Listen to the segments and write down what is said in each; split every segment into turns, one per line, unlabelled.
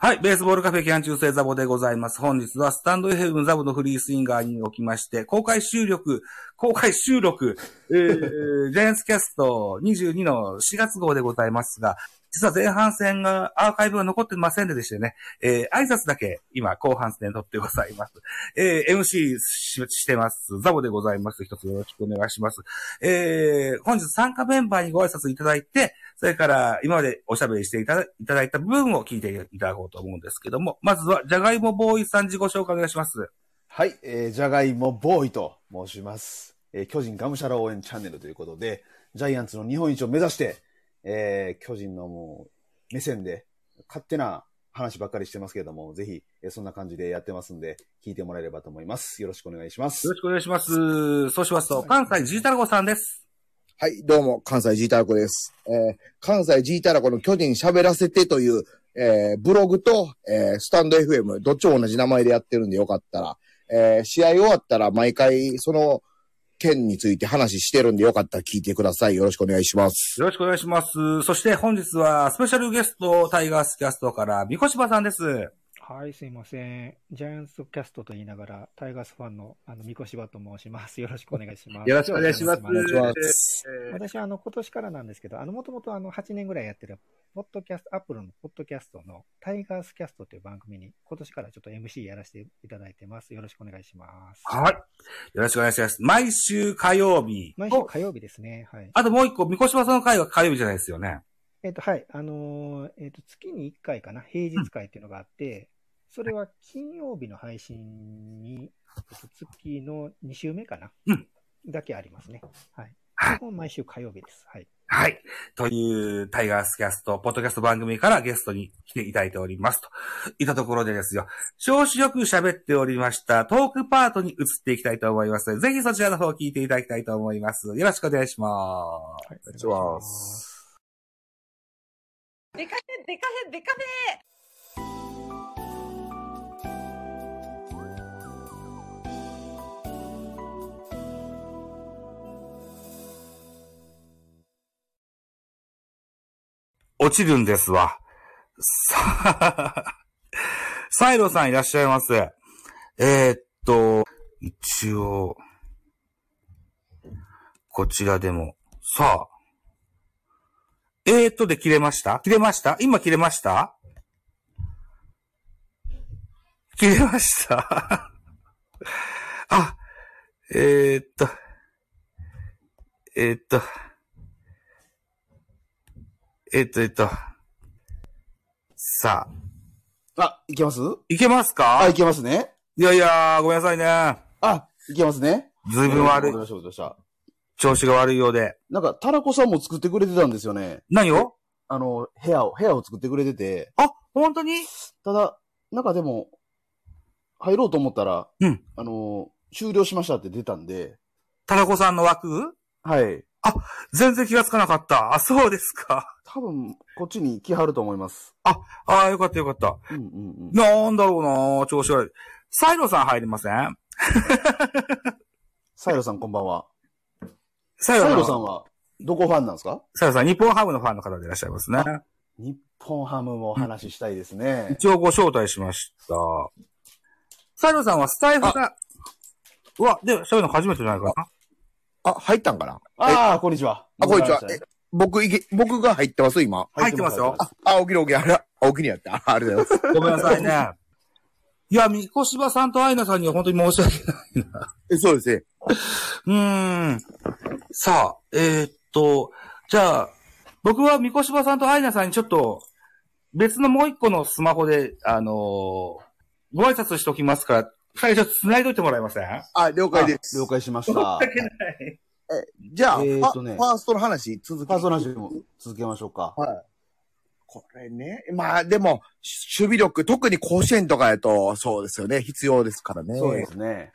はい、ベースボールカフェ期間中生ザボでございます。本日はスタンド FM ザボのフリースインガーにおきまして、公開収録、公開収録、えー、 ジャイアンツキャスト22の4月号でございますが、実は前半戦がアーカイブが残ってませんでしてね、えー、挨拶だけ今後半戦撮ってございます。えー、MC ししてます。ザボでございます。一つよろしくお願いします。えー、本日参加メンバーにご挨拶いただいて、それから今までおしゃべりしていただいただいた部分を聞いていただこうと思うんですけども、まずは、じゃがいもボーイさん自己紹介お願いします。
はい、えー、じゃがいもボーイと申します。えー、巨人がむしゃら応援チャンネルということで、ジャイアンツの日本一を目指して、えー、巨人のもう、目線で、勝手な話ばっかりしてますけれども、ぜひ、えーそんな感じでやってますんで、聞いてもらえればと思います。よろしくお願いしま
よろ
す。
しくお願いします。そうしますと、関西ジータルゴさんです。
はい、どうも、関西ジータラコです。えー関西ジータラコの巨人喋らせてという、えーブログと、えースタンド FM、どっちも同じ名前でやってるんでよかったら、えー試合終わったら毎回その件について話してるんでよかったら聞いてください。よろしくお願いします。
よろしくお願いします。そして本日はスペシャルゲスト、タイガースキャストから、三越場さんです。
はい、すいません。ジャイアンツキャストと言いながら、タイガースファンの、あの、三越場と申します。よろしくお願いします。
よろしくお願いします。
お願いし
お願いします
えー
私は、あの、今年からなんですけど、あの、もともと、あの、8年ぐらいやってる、ポッドキャスト、アップルのポッドキャストの、タイガースキャストという番組に、今年からちょっと MC やらせていただいてます。よろしくお願いします。
はい。よろしくお願いします。毎週火曜日。
毎週火曜日ですね。はい。
あともう一個、三越場さんの会は火曜日じゃないですよね。
えっと、はい。あのーえっと、月に1回かな、平日会っていうのがあって、それは金曜日の配信に、えっと月の2週目かな、
うん
だけありますね。はい。
はい
基本毎週火曜日です。はい。
はい。という、タイガースキャスト、ポッドキャスト番組からゲストに来ていただいております。といったところでですよ。少子よく喋っておりました、トークパートに移っていきたいと思いますので。ぜひそちらの方を聞いていただきたいと思います。よろしくお願いします。
はい、お願い
します。
デカフェ、デカフェ、デカフ
落ちるんですわ。さあ、サイロさんいらっしゃいます。えーっと、一応、こちらでも、さあ、えーっとで切れました切れました今切れました切れましたあ、えーっと、えーっと、えっと、えっと。さあ、
あ、いけます
いけますか
あ、
い
いけますね。
やいや、ごめんなさいね。
あ、いけますね。
ずいぶん悪い
戻、りました戻りました
調子が悪いようで。
なんか、タラコさんも作ってくれてたんですよね。
何を
あの、部屋を、部屋を作ってくれてて。
あ、本当に
ただ、なんかでも、入ろうと思ったら、
うん
あの、終了しましたって出たんで、
タラコさんの枠
はい。
全然気がつかなかった。あ、そうですか。
多分、こっちに来はると思います。
あーよかったよかった。
うんうんうん。
なんだろうな調子悪い。サイロさん入りません
サイロさんこんばんは。
サイロ
サイロ
さ
さ
ん。
んは、どこファンなんですか
サイロさん、日本ハムのファンの方でいらっしゃいますね。
日本ハムもお話ししたいですね。
一応ご招待しました。サイロさんはスタイフが、うわ、で、喋るの初めてじゃないかな。
あ、入ったんかな
ああ、こんにちは。
あ、こんにちは
ございまし。
僕いけ、僕が入ってます今。
た
入ってますよ。
あ、起きる起きる。あら、起きにやった。あありがとうございます。
ごめんなさいね。いや、三越場さんとアイナさんには本当に申し訳ない。
えそうですね。
うーん。さあ、えーっと、じゃあ、僕は三越場さんとアイナさんにちょっと、別のもう一個のスマホで、あのーご挨拶しておきますから、最初繋いどいてもらえません
あ、了解です。
了解しました。
じゃあ、
えーっとね
ファファーストの話続き
パーソナリティも続けましょうか。
これね。まあでも、し守備力、特に甲子園とかやと、そうですよね。必要ですからね。
そうですね。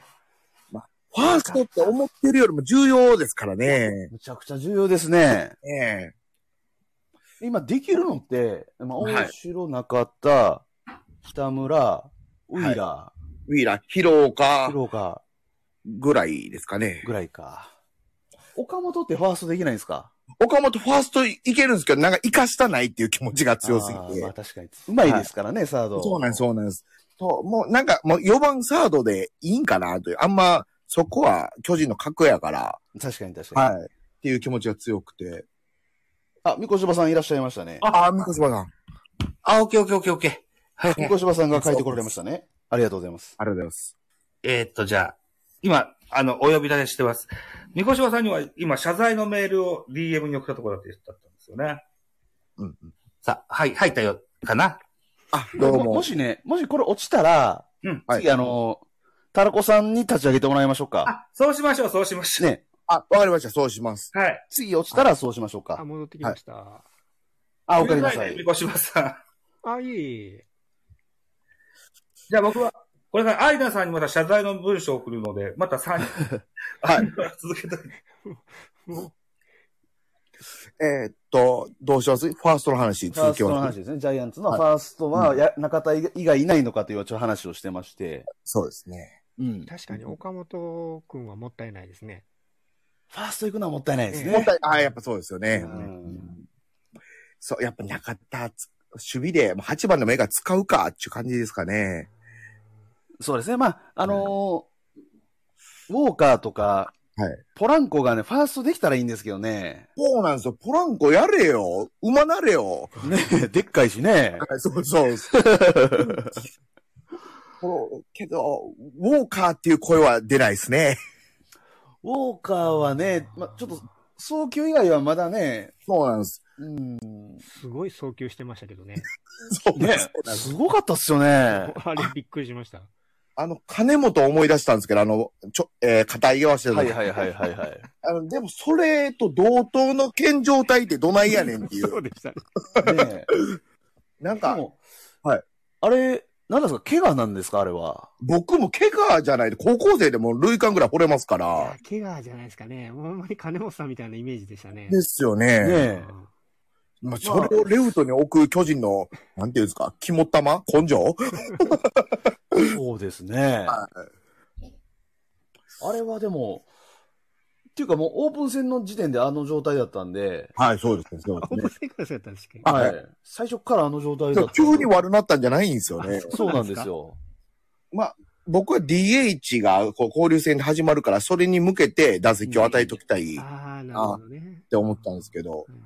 ファーストって思ってるよりも重要ですからね。
むちゃくちゃ重要ですね。
ね
今できるのって、まあ、
はい
大城中田、北村、ウイラ
ウィーラー、広
ー、
岡
広岡
ぐらいですかね。
ぐらいか。岡本ってファーストできないんですか
岡本ファーストいけるんですけど、なんか生かしたないっていう気持ちが強すぎ
あ
て
ーま。あ確かに。うまいですからね、サード。
そうなんです、そうなんです。と、もうなんか、もう4番サードでいいんかなという、あんま、そこは巨人の格やから、
確かに確かに。
はい。っていう気持ちが強くて。
あ、みこしばさんいらっしゃいましたね。
あ
あ、みこしばさん。あ
あ、オッケーオッケーオッケーオッケー。はい。
みこしばさんが帰ってこられましたね。ありがとうございます。
りがとうございます。
えーっと、じゃあ、今、あの、お呼び立てしてます。三越さんには今、謝罪のメールを DM に送ったところだって言ったんですよね。
うん。
さあ、はい、入ったよ、かな
あ、どう
も
も。
もしね、もしこれ落ちたら、
うん
はい
次あの、タラコさんに立ち上げてもらいましょうか。
あ、そうしましょう、そうしましょう。
ね、
あ、わかりました。そうします。
はい。
次落ちたらそうしましょう
あ、
か。
戻ってきました。
あ、おかえりなさ
ごめん
い。
なさいね三越さん。
あ、いえいえ。
じゃあ僕は、これからアイナさんにまた謝罪の文章を送るので、また3人。
はい
い。続けて。
えーっと、どうしますファーストの話
ファー
続
ス
き
トの
ま
話
す。
ですね。ジャイアンツの
はい
ファーストは、や中田以外いないのかというちょっと話をしてまして。
そうですね。
うん。
確かに岡本くんはもったいないですね。
ファースト行くのはもったいないです
え
ね。
え
もったい、あ、やっぱそうですよね。
うん
そう、やっぱなかった、つ守備で、まあ8番の目が使うか、っていう感じですかね。
そうですね。まあ、あのーウォーカーとか、
はい
ポランコがね、ファーストできたらいいんですけどね。
そうなんですよ。ポランコやれよ。馬なれよ。
ねでっかいしね。
はいそう そう。このけど、ウォーカーっていう声は出ないですね。
ウォーカーはね、まあ、ちょっと、早球以外はまだね、
そうなんです。
うん、
すごい早急してましたけどね。
そうなん
ね
です。そうなんです
すごかったっすよ ね。
あれびっくりしました。
あの、金本思い出したんですけど、あの、ちょ、えー、肩合わせて
はいはいはいはいはい。
あの、でも、それと同等の健状態ってどないやねん っていう。
でしたね。
ね
なん
で
か、
も、
はい。
あれ、なんですか怪我なんですかあれは。
僕も怪我じゃないで、高校生でも類間ぐらい惚れますか
い
ら
や。怪我じゃないですかね。もうほんまに金本さんみたいなイメージでしたね。
ですよね。
ね
うん
まあ、それをレフトに置く巨人の、なんていうんですか、肝玉根性
そうですね。あれはでも、っていうかもうオープン戦の時点であの状態だったんで、
はい、そうですね。そう
あ、
で
ほん
すね
ま正解そうやったんですけど。
はい
はい。最初からあの状態
で
だっ
も
た。
急に悪なったんじゃないんですよね。
そうなんですよ。
僕は DH がこう交流戦で始まるから、それに向けて打席を与えときたいっ
ああ、なるほどね。
て思ったんですけど、
はいはい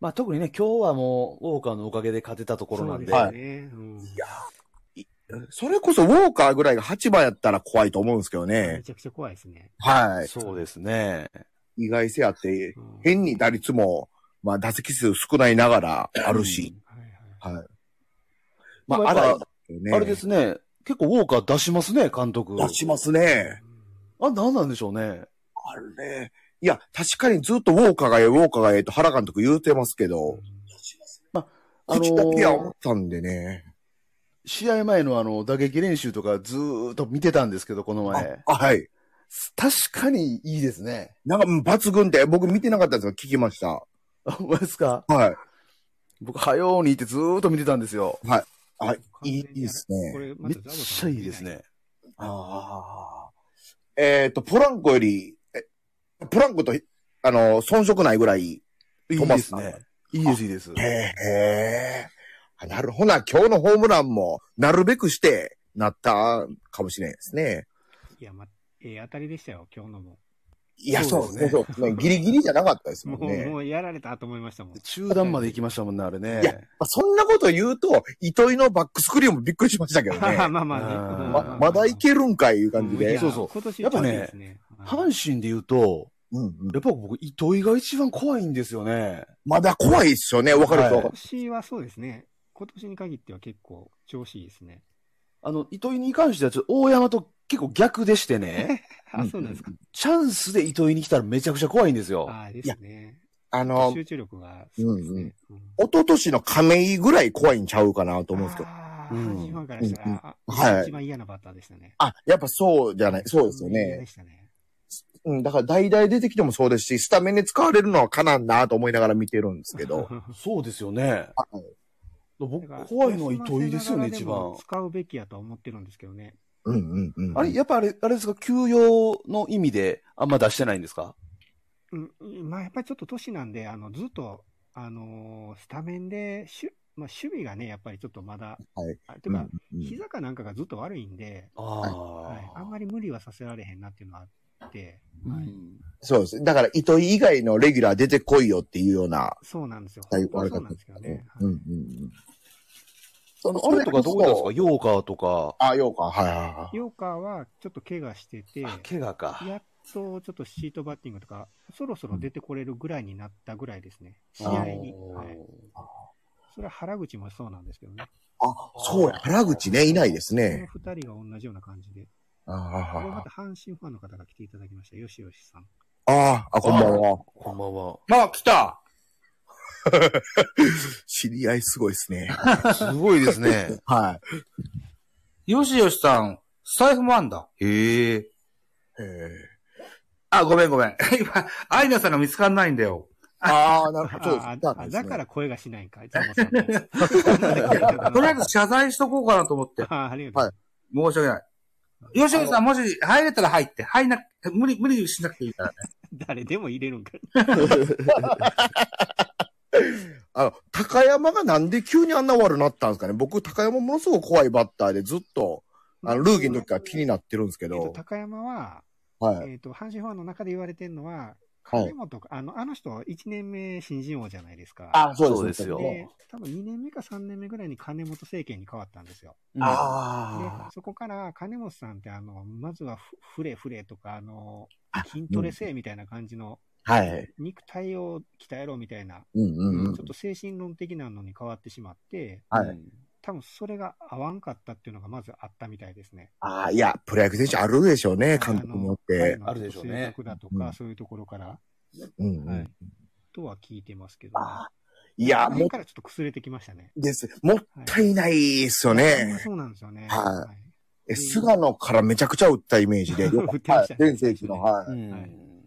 まあ特にね、今日はもう、ウォーカーのおかげで勝てたところなんで。
そうですね。うん
それこそウォーカーぐらいが8番やったら怖いと思うんですけど
め
ね。
ちゃくちゃ怖いですね。
はい。
そうですね。
意外性あって、
うん
変に打率も、まあ打席数少ないながらあるし、
はいは
は
い
い。まあ、
まあ
あら
や
ゆ
っぱ
るね
あれですね、結構ウォーカー出しますね、監督。
出しますね。
あ、なんなんでしょうね。
あれ。いや、確かにずっとウォーカーがええ、ウォーカーがええと原監督言うてますけど、
あの
口だけは思
ー
っ、たんでね。
試合前のあの、打撃練習とかずーっと見てたんですけど、この前。
あ、はい。
確かにいいですね。
なんか、うん抜群で、僕見てなかったんですが、聞きました。
あ、ほんまですか
はい。
僕、はようにいてずーっと見てたんですよ。
あ、いい、いいです
こ
ね。
れ、ま
め
た
っ
ザボ
ち
さ
ゃ
ん
いいです。ね。
ああ。えっ、と、ポランコより、えポランコと、あの、遜色ないぐらい。
いいですね。いいです、いいです。
へえ、へえ。なるほな、今日のホームランも、なるべくして、なったかもしれないですね。
いや、ま、ええ当たりでしたよ、今日のも。
いや、
そ
そう
う
で
です
すね。そうギリギリじゃなかったです
も
もん
う、
ね。
もうやられたと思いましたもん。
中段まで行きましたもんね、あれね。
いやまあそんなこと言うと、糸井のバックスクリーンもびっくりしましたけど
まあ
ね。
まあまあね
うん
うん
ままだいけるんかいう感じ
ん
で。
や
そうそう
今年
やっぱね
強いですね、はい
阪神で言うと、
うんうん
やっぱ僕、糸井が一番怖いんですよね。
まだ怖いっすよね。わかる人
は
わ
い
かる
今年はそうですね。今年に限っては結構調子いいですね。
あの、糸井に関しては、ちょっと大山と結構逆でしてね、
う
あ、
ん
そうなんですか。
チャンスで糸井に来たらめちゃくちゃ怖いんですよ。
あですね。
あの、
集中力がすごいですね。うん
一昨年の亀井ぐらい怖いんちゃうかなと思うんですけど。
あ
う
ー
ん
阪神ファンからした
うんうん
ら、
はい
一番嫌なバッターでしたね。
あ、やっぱそうじゃない。そうですよ
嫌で
ね。
したね。
うん、だから代々出てきてもそうですし、スタメンで使われるのはかなんなと思いながら見てるんですけど。
そうですよね。
はい
僕
だから、
怖いのは糸井ですよね、一
休ませながらで
番
も。使うべきやとは思ってるんですけどね。
うんうんうん。
あれ、やっぱあれ、あれですか、休養の意味であんま出してないんですか
うん、まあ、やっぱりちょっと年なんで、あの、ずっと、あのースタメンで、しゅまあ、守備がね、やっぱりちょっとまだ、
はい
あていうか、
うんうん
膝かなんかがずっと悪いんで、
あ
はい、あんまり無理はさせられへんなっていうのはあって、
はい
そうですね。だから、糸井以外のレギュラー出てこいよっていうような、
そうなんですよ。
はい
本当は
悪
そ
か
う
っ
な
た
ん
で
です
す
け
け
ど
ど
ね
ね。。
はい
うんうんうん。そ
あれとかどうだったんですかヨーカーとか。
あ、ようか。はいはいはい。
ヨーカーはちょっと怪我してて、
あ、怪我か。
やっとちょっとシートバッティングとか、そろそろ出てこれるぐらいになったぐらいですね。試合に。はい。それは原口もそうなんですけどね。
あ、そうや。原口ね、いないです
この
ね。
二人が同じような感じで。
あー
これま
あ
た阪神ファンの方が来ていただきました。よしよしさん。
ー、あーあ、こんばんは。
こんばん は。
あ、来た
知り合いすごいですね。
すごいですね。
は
よしよしさん、財布もあんだ。へえ。
い。へー
あ、ごめんごめん。 今、アイナさんが見つかんないんだよ。
ああ、なるほど。そうです
あ
だ
あ
ら
あ
ですね
だから声がしないんかい。ザボさんね
とりあえず謝罪しとこうかなと思って。
あありがとうございます。
申し訳ない。よしよしさん、もし入れたら入って。入んな、無理、無理しなくていいからね。
誰でも入れるんかい。
あの、高山がなんで急にあんな悪なったんですかね。僕、高山ものすごく怖いバッターでずっと、あ の、ルーキーの時から気になってるんですけ
えっと、
ど。
高山は、
はい。
えっと、阪神ファンの中で言われてるのは、
はい
金本か、あの、あの人、1年目新人王じゃないですか。
あ、
そうですよ
で、多分2年目か3年目ぐらいに金本政権に変わったんですよ。
あ
で
あ、
そこから金本さんって、あの、まずはフフレフレとか、あの、筋トレせえみたいな感じの、
あ。はい。
肉体を鍛えろみたいな、
うんうんうん
ちょっ。と精神論的なのに変わってしまって、
あ。
はい。
多分それが合わんかったっていうのがまずあったみたいですね。
ああ、いや、プロ野球選手あるでしょうね、監督によって。
の
あるでしょうね
性格だとか、
うん
そういうところから、
うんう
は
ん
い。とは聞いてますけど、
ああ、いや、
あの
もっ
辺からちょっと崩れてきましたね。
です。もったいないですよね。
そうなんですよね。。
はいえ、菅野からめちゃくちゃ打ったイメージで。
打ってましたね
はい全盛期の、は
う
い。
はい
ん。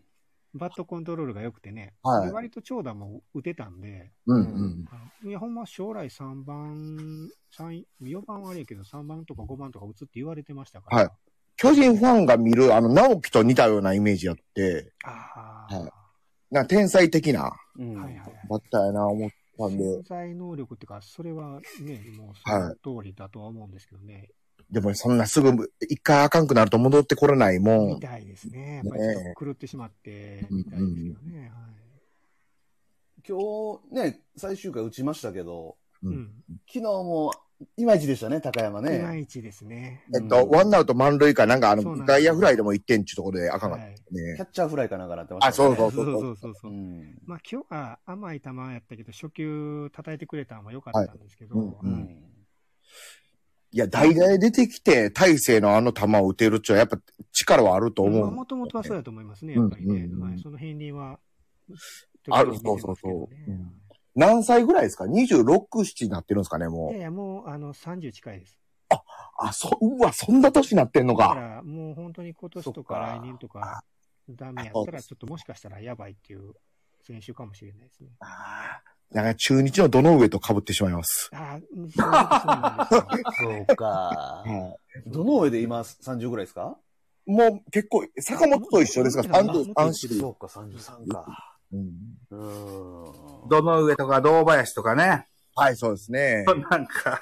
バットコントロールが良くてね、
はい
で割と長打も打てたんで、
うんうん。
あのいやほんま将来3番、三4番はあれやけど、3番とか5番とか打つって言われてましたから、
はい巨人ファンが見る、あの、直樹と似たようなイメージやって、
ああ、
はいな、天才的な
うん
はいはいはい
バッターやな、思ったんで。
潜在能力っていうか、それはね、もうそ
は
の通りだとは思うんですけどね、
でも、そんなすぐ、一回あかんくなると戻ってこれないも
み
ん。
たいですね、やっぱりちょっと狂ってしまってみたいですけどね、はい
今日ね、最終回打ちましたけど、
うん
うん
昨日もいまいちでしたね、高山
いま
ね。
いちですね。
えっと、ワンアウト満塁か、なんかあ
そうな
の、
んです
外野フライでも1点っていうところであかんか
は
った
い、
キ
ね。
ャッチャーフライかなんかなってましたね。
あ
そ
そ
うそう
う
そうそうそうう。
ん。
まあ今日は甘い球やったけど、初球叩いてくれたのは良かったんですけど、
はいうん
う。
うんいや、代々出てきて、大勢のあの球を打てるっちゃ、やっぱ力はあると思
まあ
う。
もともとはそうだと思いますね、やっぱりね。
うんうんうん
はい、その片鱗は、
あるそうそうそう何歳ぐらいですか ?26、7になってるんですかね、
い
も。
やいうや、もう、あの、30近いです。
あ、そ、うわ、そんな年になってんの
だか
か。
ら、もう本当に今年
そ
と
っ
か
か
来年とか、ダメや
あ
っ
そうで
たら、
す
ちょっともしかしたらやばいっていう選手かもしれないですね。
あーなんか中日のどの上と被ってしまいます。
ああ、そうなんですよ
そうか。どの上で今30ぐらいですか
もう結構、坂本と一緒ですが、
あ
3種類。
そうか、33か。
うん
うーん。
どの上とか、堂林とかね。
はい、そうですね。
なんか、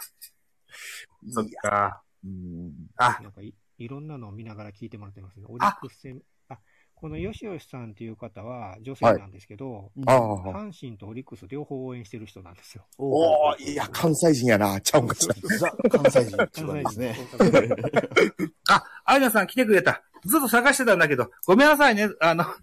そっ
いや
か。
うん
あ、
なんかい、いろんなのを見ながら聞いてもらってますね。オリックス戦、あ、このよしよしさんっていう方は女性なんですけど、
あ
あ。
あ。
阪神とオリックス両方応援してる人なんですよ。
おおいや、関西人やな、ちゃうんかちゃ
ザ、関西人一番ですね。
関西人
あ、アイナさん来てくれた。ずっと探してたんだけど、ごめんなさいね。あの、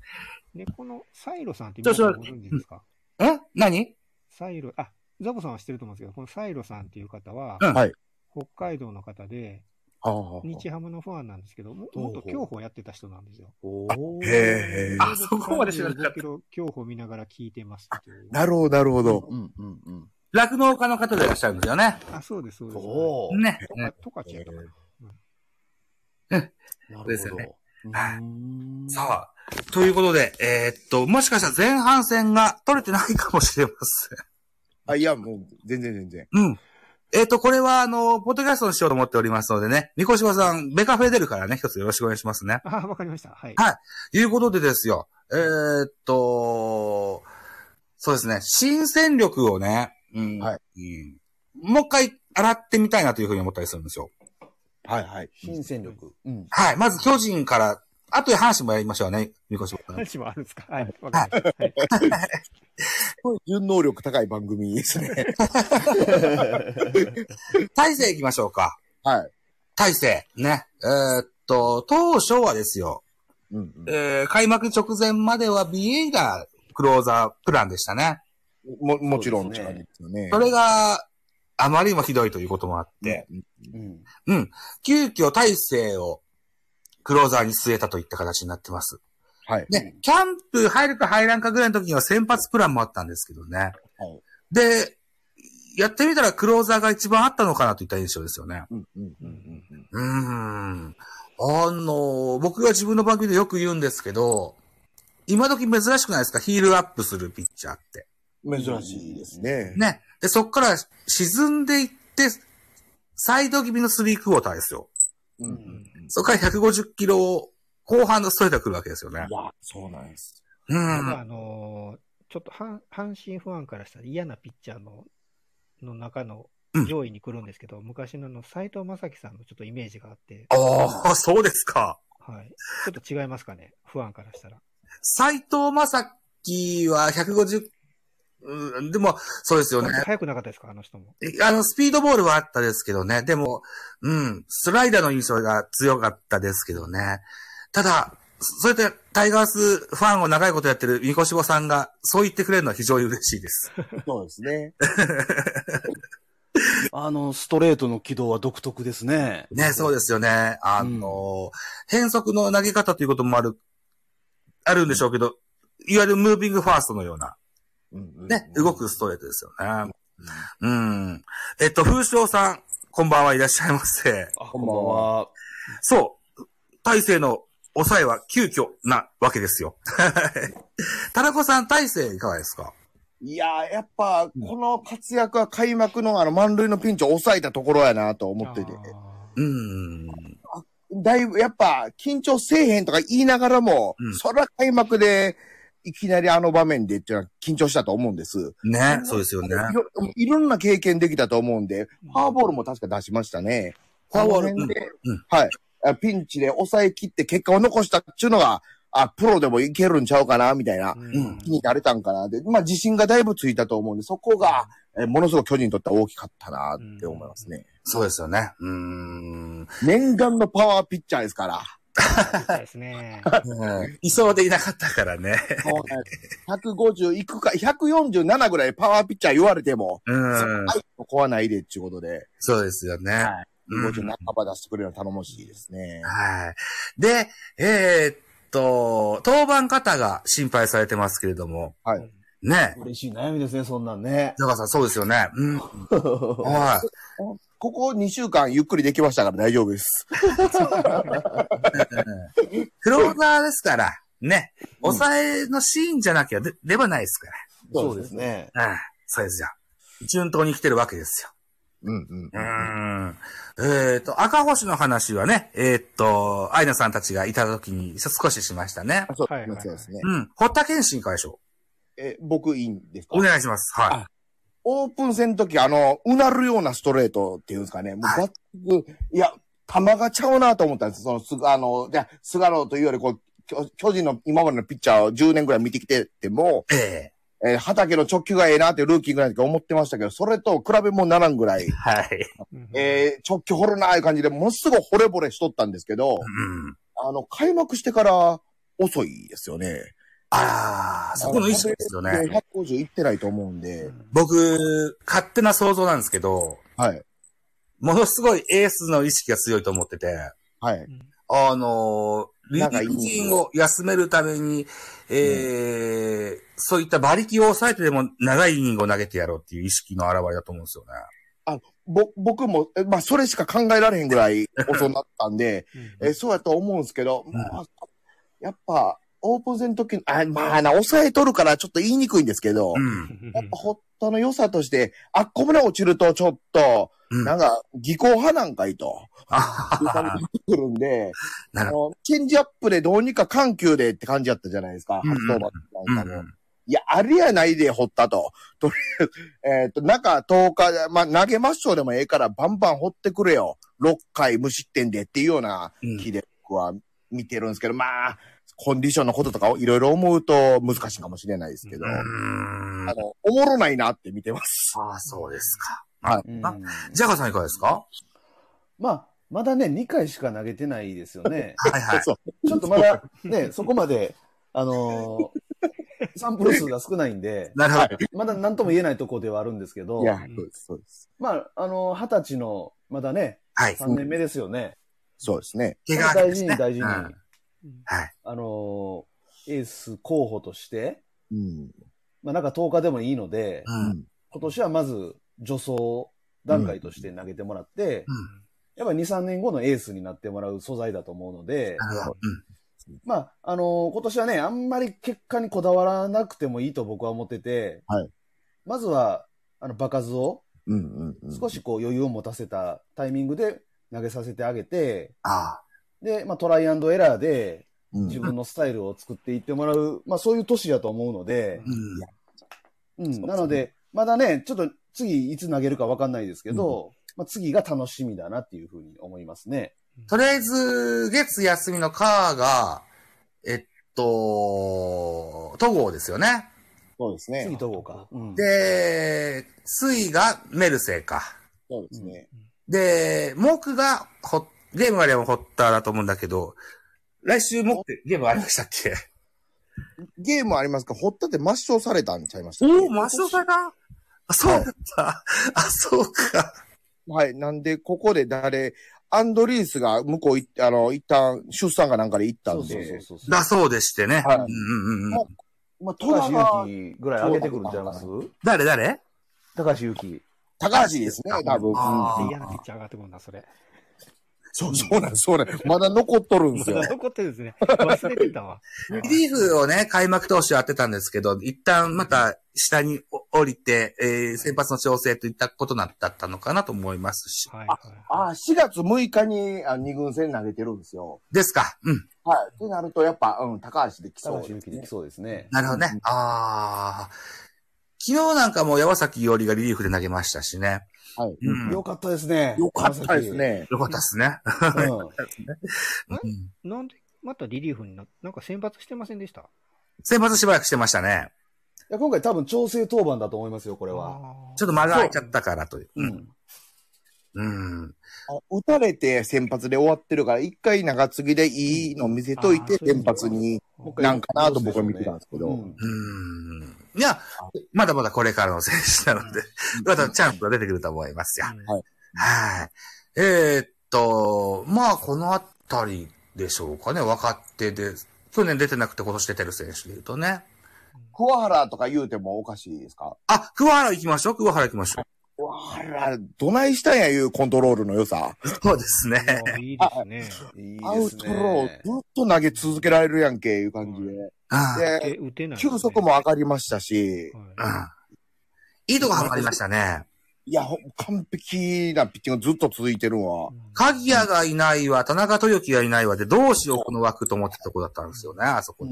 で、このサイロさんって
ちょ
皆
ち
さ
ょ
んご存知ですか
ん何
サイロ、あ、ザボさんは知ってると思うんですけど、このサイロさんっていう方は、
うん
はい
北海道の方で、
ああ
日ハムのファンなんですけど、
ほ
も
うほ
も
う
っと競歩やってた人なんですよ。
おお。
へえ
あそこまで知らなかった
35キロ競歩見ながら聞いてますっていう
なるほど、なるほど。
うんうんうん。
酪農家の方でいらっしゃるんですよね。
あ、そうです、そうです。
おお。
ね。
とか、とかちゃったかな。
な
で
る
すよ
ほ
ね
ど。
は
あ。
さあ、ということで、えーっと、もしかしたら前半戦が取れてないかもしれません。
あ、いや、もう、全然全然。
うん。えっ、と、これは、あの、ポッドキャストにしようと思っておりますのでね、三越島さん、ベカフェ出るからね、一つよろしくお願いしますね。
あ、わかりました。はい。
はいいうことでですよ、えーっと、そうですね、新戦力をね、うん
はい
うんもう一回洗ってみたいなというふうに思ったりするんですよ。
はいはい。
新戦力。うん。
はい。まず巨人から、後で話もやりましょうね、三越島さん。
話もあるんですかはい。わかりました。はい。
順能力高い番組ですね。
大勢行きましょうか。
はい。
大勢。ね。えーっと、当初はですよ、
うんうん
えー開幕直前まではビエイがクローザープランでしたね。
も、もちろん、
そうですね
ですよね
それが、あまりにもひどいということもあって、
うん。
急遽大勢をクローザーに据えたといった形になってます。
はい。
ね、キャンプ入るか入らんかぐらいの時には先発プランもあったんですけどね。
はい
で、やってみたらクローザーが一番あったのかなといった印象ですよね。
うんうん
うんうんう
うー
ん
ん。あの、僕が自分の番組でよく言うんですけど、今時珍しくないですかヒールアップするピッチャーって。
珍しいですね。
ね。で、そこから沈んでいって、サイド気味のスリークォーターですよ。
う
うんん
そこから150キロ後半のストレートが来るわけですよね。
わ、そうなんです。
う
まあ
ん。
あのーちょっと阪阪神ファンからしたら嫌なピッチャーのの中の上位に来るんですけど、昔のあの斎藤正樹さんのちょっとイメージがあって、
ああ、そうですか。
はい、ちょっと違いますかね、ファンからしたら。
斎藤正樹は150、うん、でも、そうですよね。
早くなかったですか、あの人も。
あの、スピードボールはあったですけどね。でも、うん、スライダーの印象が強かったですけどね。ただ、そそうやってタイガースファンを長いことやってる三越坊さんが、そう言ってくれるのは非常に嬉しい です。
そうですね。
あの、ストレートの軌道は独特ですね。
ね、そうですよね。あの、変則の投げ方ということもある、あるんでしょうけど、いわゆるムービングファーストのような、ね、動くストレートですよね。うん。えっと、風潮さん、こんばんはいらっしゃいませ。
あ、
こ
こ
ん
ん
ば
ば
ん
んは。
そう。大勢の抑えは急遽なわけですよ。 田中さん、大勢いかがですか
いやー、やっぱ、この活躍は開幕のあの満塁のピンチを抑えたところやなと思ってて。
あ
うーん。
だいぶ、やっぱ、緊張せえへんとか言いながらも、
うん
そら開幕で、いきなりあの場面でっていうのは緊張したと思うんです。
ね、そうですよね。
いろいろんな経験できたと思うんで、
ー
ファーボールも確か出しましたね。
フォアボール
あの辺で
うんうん
はい。あピンチで抑え切って結果を残したっていうのが、あ、プロでもいけるんちゃうかな、みたいな
う。
ん
気になれたんかな。で、まあ自信がだいぶついたと思うんで、そこが、えものすごく巨人にとっては大きかったなって思いますね。
そうですよね。うーん。
念願のパワーピッチャーで すから。
みたいですね。
理想でいなかったから ね。
150いくか、147ぐらいパワーピッチャー言われても、
うーん。
はい、壊ないでっていうことで、
そうですよね。
は
うん
50半ば出してくれるのは頼もしいですね。
はい。で、えーっと、当番方が心配されてますけれども。
はい
ね。
嬉しい悩みですね、そんなんね。
田中さん、そうですよね。 うん。はい。
ここ2週間ゆっくりできましたから大丈夫です。
クローザーですから、ね。抑えのシーンじゃなきゃで、ではないですか
そうですね。
ら。うん。そうですよ。順当に来てるわけですよ。
うんうん
う。ーん。えっ、と、赤星の話はね、えっ、と、アイナさんたちがいた時に少ししましたね。
あそう
はいはいはい
そうですね。
うん。堀田健信会長。
え、僕いいんですか
お願いします。は
オープン戦の時、あの、うなるようなストレートっていうんですかね。もうバッグ、いや、球がちゃうなと思ったんです。その、すあの、じゃ菅野というより、こう、巨巨人の今までのピッチャーを10年ぐらい見てきてても、
い。え
えー畑の直球がええなってルーキーぐらいの時思ってましたけど、それと比べもならんぐらい
え、はい。
え
えー直球掘るなーいう感じで、ものすごい惚れ惚れしとったんですけ
う
ど、
ん。
あの、開幕してから遅いですよね。
ああ、そこの意識ですよね。
で150いってないと思うんで、
僕、勝手な想像なんですけど、
はい。
ものすごいエースの意識が強いと思ってて、
はい。
あのー、リリ
なんかいい
ーフ陣を休めるために、えーそういった馬力を抑えてでも長いイニングを投げてやろうっていう意識の表れだと思うんですよね。
ぼ、僕も、えまあ、それしか考えられへんぐらい遅なったんで、え、そうやと思うんですけど、まあ、やっぱ、オープン戦の時の、あ、まあな、抑えとるからちょっと言いにくいんですけど、
うん。
やっぱホットの良さとして、あっこまで落ちるとちょっと、
うん
なんか、技巧派なんか いと、
あは
いう
は
感
は
じに来るんで、
なる
あのチェンジアップでどうにか緩急でって感じやったじゃないですか、
うん
初登板
う
なんか
ん
も。
うん。
いや、あれやないで、掘ったと。 とりあえず、えっ、と、中10日で、まあ、投げましょうでもええから、バンバン掘ってくれよ。6回無失点でっていうような
うん
気で僕は見てるんですけど、まあ、コンディションのこととかをいろいろ思うと難しいかもしれないですけど、
うーん
あの、おもろないなって見てます。
ああ、そうですか。
うん
あジャガーさんいかがですか
まあ、まだね、2回しか投げてないですよね。
はいはい。
そう
ちょっとまだ、ね、そこまで、あのーサンプル数が少ないんで、
なるほど。
まだ何とも言えないところではあるんですけど、
いや、そうです、そうです。
まあ、あのー、二十歳の、まだね、
はい。
3年目ですよね。
そうですね。
怪我明け
大
で
事
す
に
ね
大事に、
うん
あ
はい。
のーエース候補として、
うん。
まあ、なんか10日でもいいので、
うん。
今年はまず助走段階として投げてもらって、
うん
やっぱり2、3年後のエースになってもらう素材だと思うので、
なるほど。
まあ、あのー今年はね、あんまり結果にこだわらなくてもいいと僕は思ってて、
はい
まずは、あの、場数を
うんうん、うん。
少しこう余裕を持たせたタイミングで投げさせてあげて、
あ
で、まあ、トライアンドエラーで
うん、
自分のスタイルを作っていってもらう、まあ、そういう年だと思うので
あ。、うん。
うん、なので、まだね、ちょっと次いつ投げるかわかんないですけど、まあ、次が楽しみだなっていうふうに思いますね。
とりあえず、月休みのカーが、えっと、戸郷ですよね。
そうです
次
ね。
どうか。うん、
で、水がメルセイか。
そうですね。
で、木がホゲームがあればホッターだと思うんだけど、来週木ってゲームありましたっけ
ゲームありますか堀田って抹消されたんちゃいましたっけ
おお、松尾さんがあそうだった。あ、そうか。
はい。なんで、ここで誰、アンドリースが向こう行って、あの、一旦、出産かなんかで行った
そ
ん
う
で、
そうそうそうそう。
だそうでしてね。
はい
うんうんうん。
もまあ、戸
高
田が
橋祐希ぐらい上げてくるんちゃいます
誰誰
高橋祐希。
高橋ですね、多分。
あー
うん
嫌なピッチャー上がってくるな、それ。
そう、そうなんです、そうなんです。まだ残っとるんですよ
まだ。残ってるんですね。忘れてたわ。
リリーフをね、開幕投手やってたんですけど、一旦また下に降りて、えー先発の調整といったことだったのかなと思いますし。
はい。
ああ、4月6日にあ二軍戦投げてるんですよ。
ですか。うん。
はい。ってなると、やっぱ、うん、高橋できそ
高
う
橋
で
祐
す
希で
ね
き。そうですね。
なるほどね。ああ。昨日なんかも山崎伊織がリリーフで投げましたしね。
はい。
うん。
よ
よ
かったですね。
よかったですね。
かったですね。
高橋祐希。
うん
い。なんで、またリリーフにな、なんか選抜してませんでした
先発しばらくしてましたね。
うんいや今回多分調整当番だと思いますよ、これは。
あー
ちょっと間が空いちゃったからという。
う
うん。
ん。
うん。
あ打たれて先発で終わってるから、一回中継ぎでいいの見せといて、
あーそういう
先
こと
発に、
もう一回
なんかなと僕は見てたんですけど。
うん
うん。いや、まだまだこれからの選手なので、またチャンスが出てくると思いますよ。
うん
はい。えーっと、まあ、このあたりでしょうかね。若手で、去年出てなくて今年出てる選手で言うとね。
桑原とか言うてもおかしいですか
あ、桑原行きましょう。桑原行きましょ
桑原、どないしたんやいうコントロールの良さ。
う。そうですね。
あーいいですね。
いい
アウ
です
トロー
ね。
ずっと投げ続けられるやんけ、いう感じ
うん
で。
打て
で、
打てないですね。
球速も上がりましたし、
う
は
ん。いいとこハマりましたね。
いや、ほ完璧なピッチングずっと続いてるわ
い。。うん
鍵谷がいないわ、田中豊樹がいないわで、どうしようこの枠と思ってたとこだったんですよね、あそこね。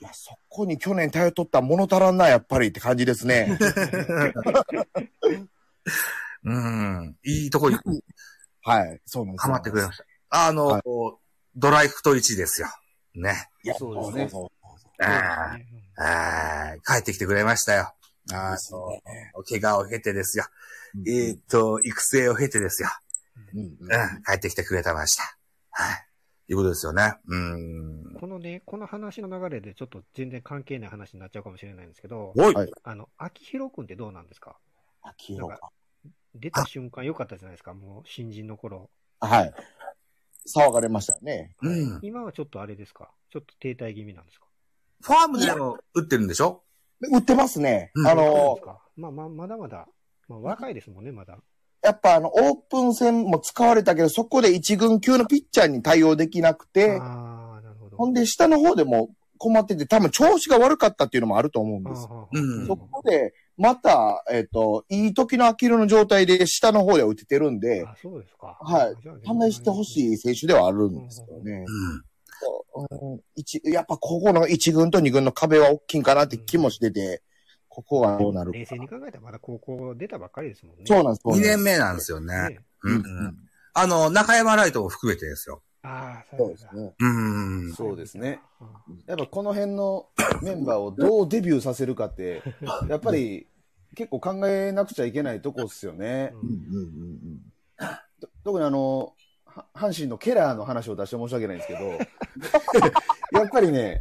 いや、そこに去年頼っとったら物足らんな、やっぱりって感じです ね。
うん。いいとこに
はい、そうなんです
ハ
よ
マってくれました。あの、
はい
こうドライフト1ですよ。ね。
いや、
そうですね
そう
うん
そうですね
はい帰ってきてくれましたよ。
そう
あ
です
の
ね、
怪我を経てですよ。
うん
えっ、と、育成を経てですよ。
うんうん
うん、帰ってきてくれたました。はい。いうことですよね。うん。
このね、この話の流れでちょっと全然関係ない話になっちゃうかもしれないんですけど、
おい、
はい
あの、秋広くんってどうなんですか
秋色か。
出た瞬間良かったじゃないですか、もう新人の頃。
はい。騒がれましたよね。
うん。
今はちょっとあれですかちょっと停滞気味なんですか
ファームでも打ってるんでしょ
売ってますね。
うん
あ
そう
の
です、かまあまあ、まだまだ、まあ若いですもんね、まだ。
やっぱあの、オープン戦も使われたけど、そこで一軍級のピッチャーに対応できなくて、
ああ、なるほど。
ほんで下の方でも困ってて、多分調子が悪かったっていうのもあると思うん
あ
です。
あ
うん
そこで、また、えっ、と、いい時のアキルの状態で下の方で打ててるんで、
あ、そうですか。
はい
じゃあ。
試してほしい選手ではあるんですよね。うん一やっぱここの1軍と2軍の壁は大きいんかなって気もしてて、ここはどうなるか。
冷静に考えたらまだ高校出たばっかりですもんね。
そうなんです、そう
2
なんです
年目なんですよね。
ね
うんうんあの、中山ライトも含めてですよ。
ああ、
そ
そうう
で
ですす
ね。
うん。
そうですね。
うん
やっぱこの辺のメンバーをどうデビューさせるか って、やっぱり結構考えなくちゃいけないとこですよね。
うんう
うん
んうん
と特にあの、は阪神のケラーの話を出して申し訳ないん ですけど、やっぱりね、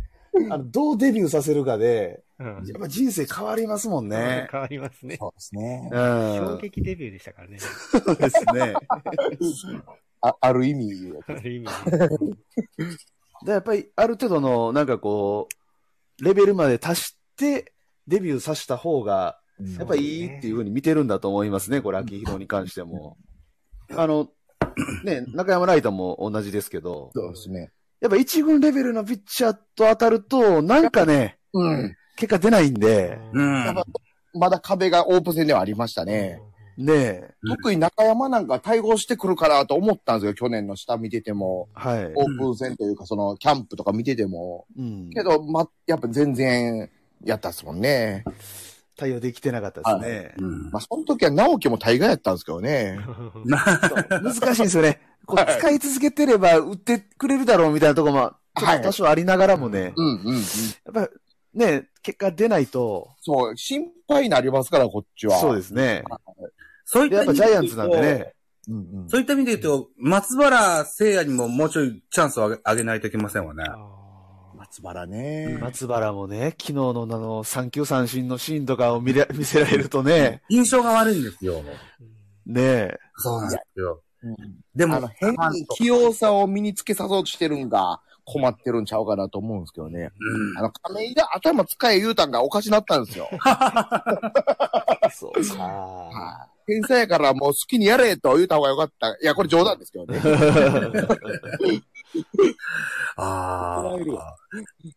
あのどうデビューさせるかで、
うん
やっぱ人生変わりますもんね。
変わります
うん
ね。
そうですね。
うん。
衝撃デビューでしたからね。
そうですね。
あある意味、
ある意味ね。
で、やっぱりある程度の、なんかこう、レベルまで達して、デビューさせた方が、やっぱいいっていうふうに見てるんだと思いますね、これ、秋広に関しても。あの、ね、中山ライトも同じですけど、
そうですね。
やっぱ一軍レベルのピッチャーと当たると、なんかね、
うん。
結果出ないんで、
う
うん
ん。
まだ壁がオープン戦ではありましたね。
ねえ、
うん
特に中山なんか対応してくるかなと思ったんですよ、去年の下見てても。
はい。
オープン戦というか、その、キャンプとか見てても。
うん
けど、ま、やっぱ全然、やったっすもんね。
対応できてなかったですね。
うん
まあ、その時は直樹も大概やったんですけどね。
難しいですよね。こう使い続けてれば売ってくれるだろうみたいなところも、ちょっと多少ありながらもね、
うんうんうん。
やっぱね、結果出ないと、
そう、心配になりますから、こっちは。
そう
で
ですね。
そういっ
でや
た
っぱジャイアンツなんでね。。
す。うんうん。
そういった意味で言うと、松原聖也にももうちょいチャンスをあげあげないといけませんわね。
松原ね。
松原もね、昨日のあの、三球三振のシーンとかを見れ、見せられるとね、
印象が悪いんですよ。
ねえ、
そうなんですよ。
うん
で
あ
も
の、、変に器用さを身につけさそうとしてるんが困ってるんちゃうかなと思うんですけどね。
うん
あの、亀井が頭使え言うたんがおかしなったん ですよ。
そうか。
はい天才やからもう好きにやれと言うた方がよかった。いや、これ冗談ですけどね。
ああ。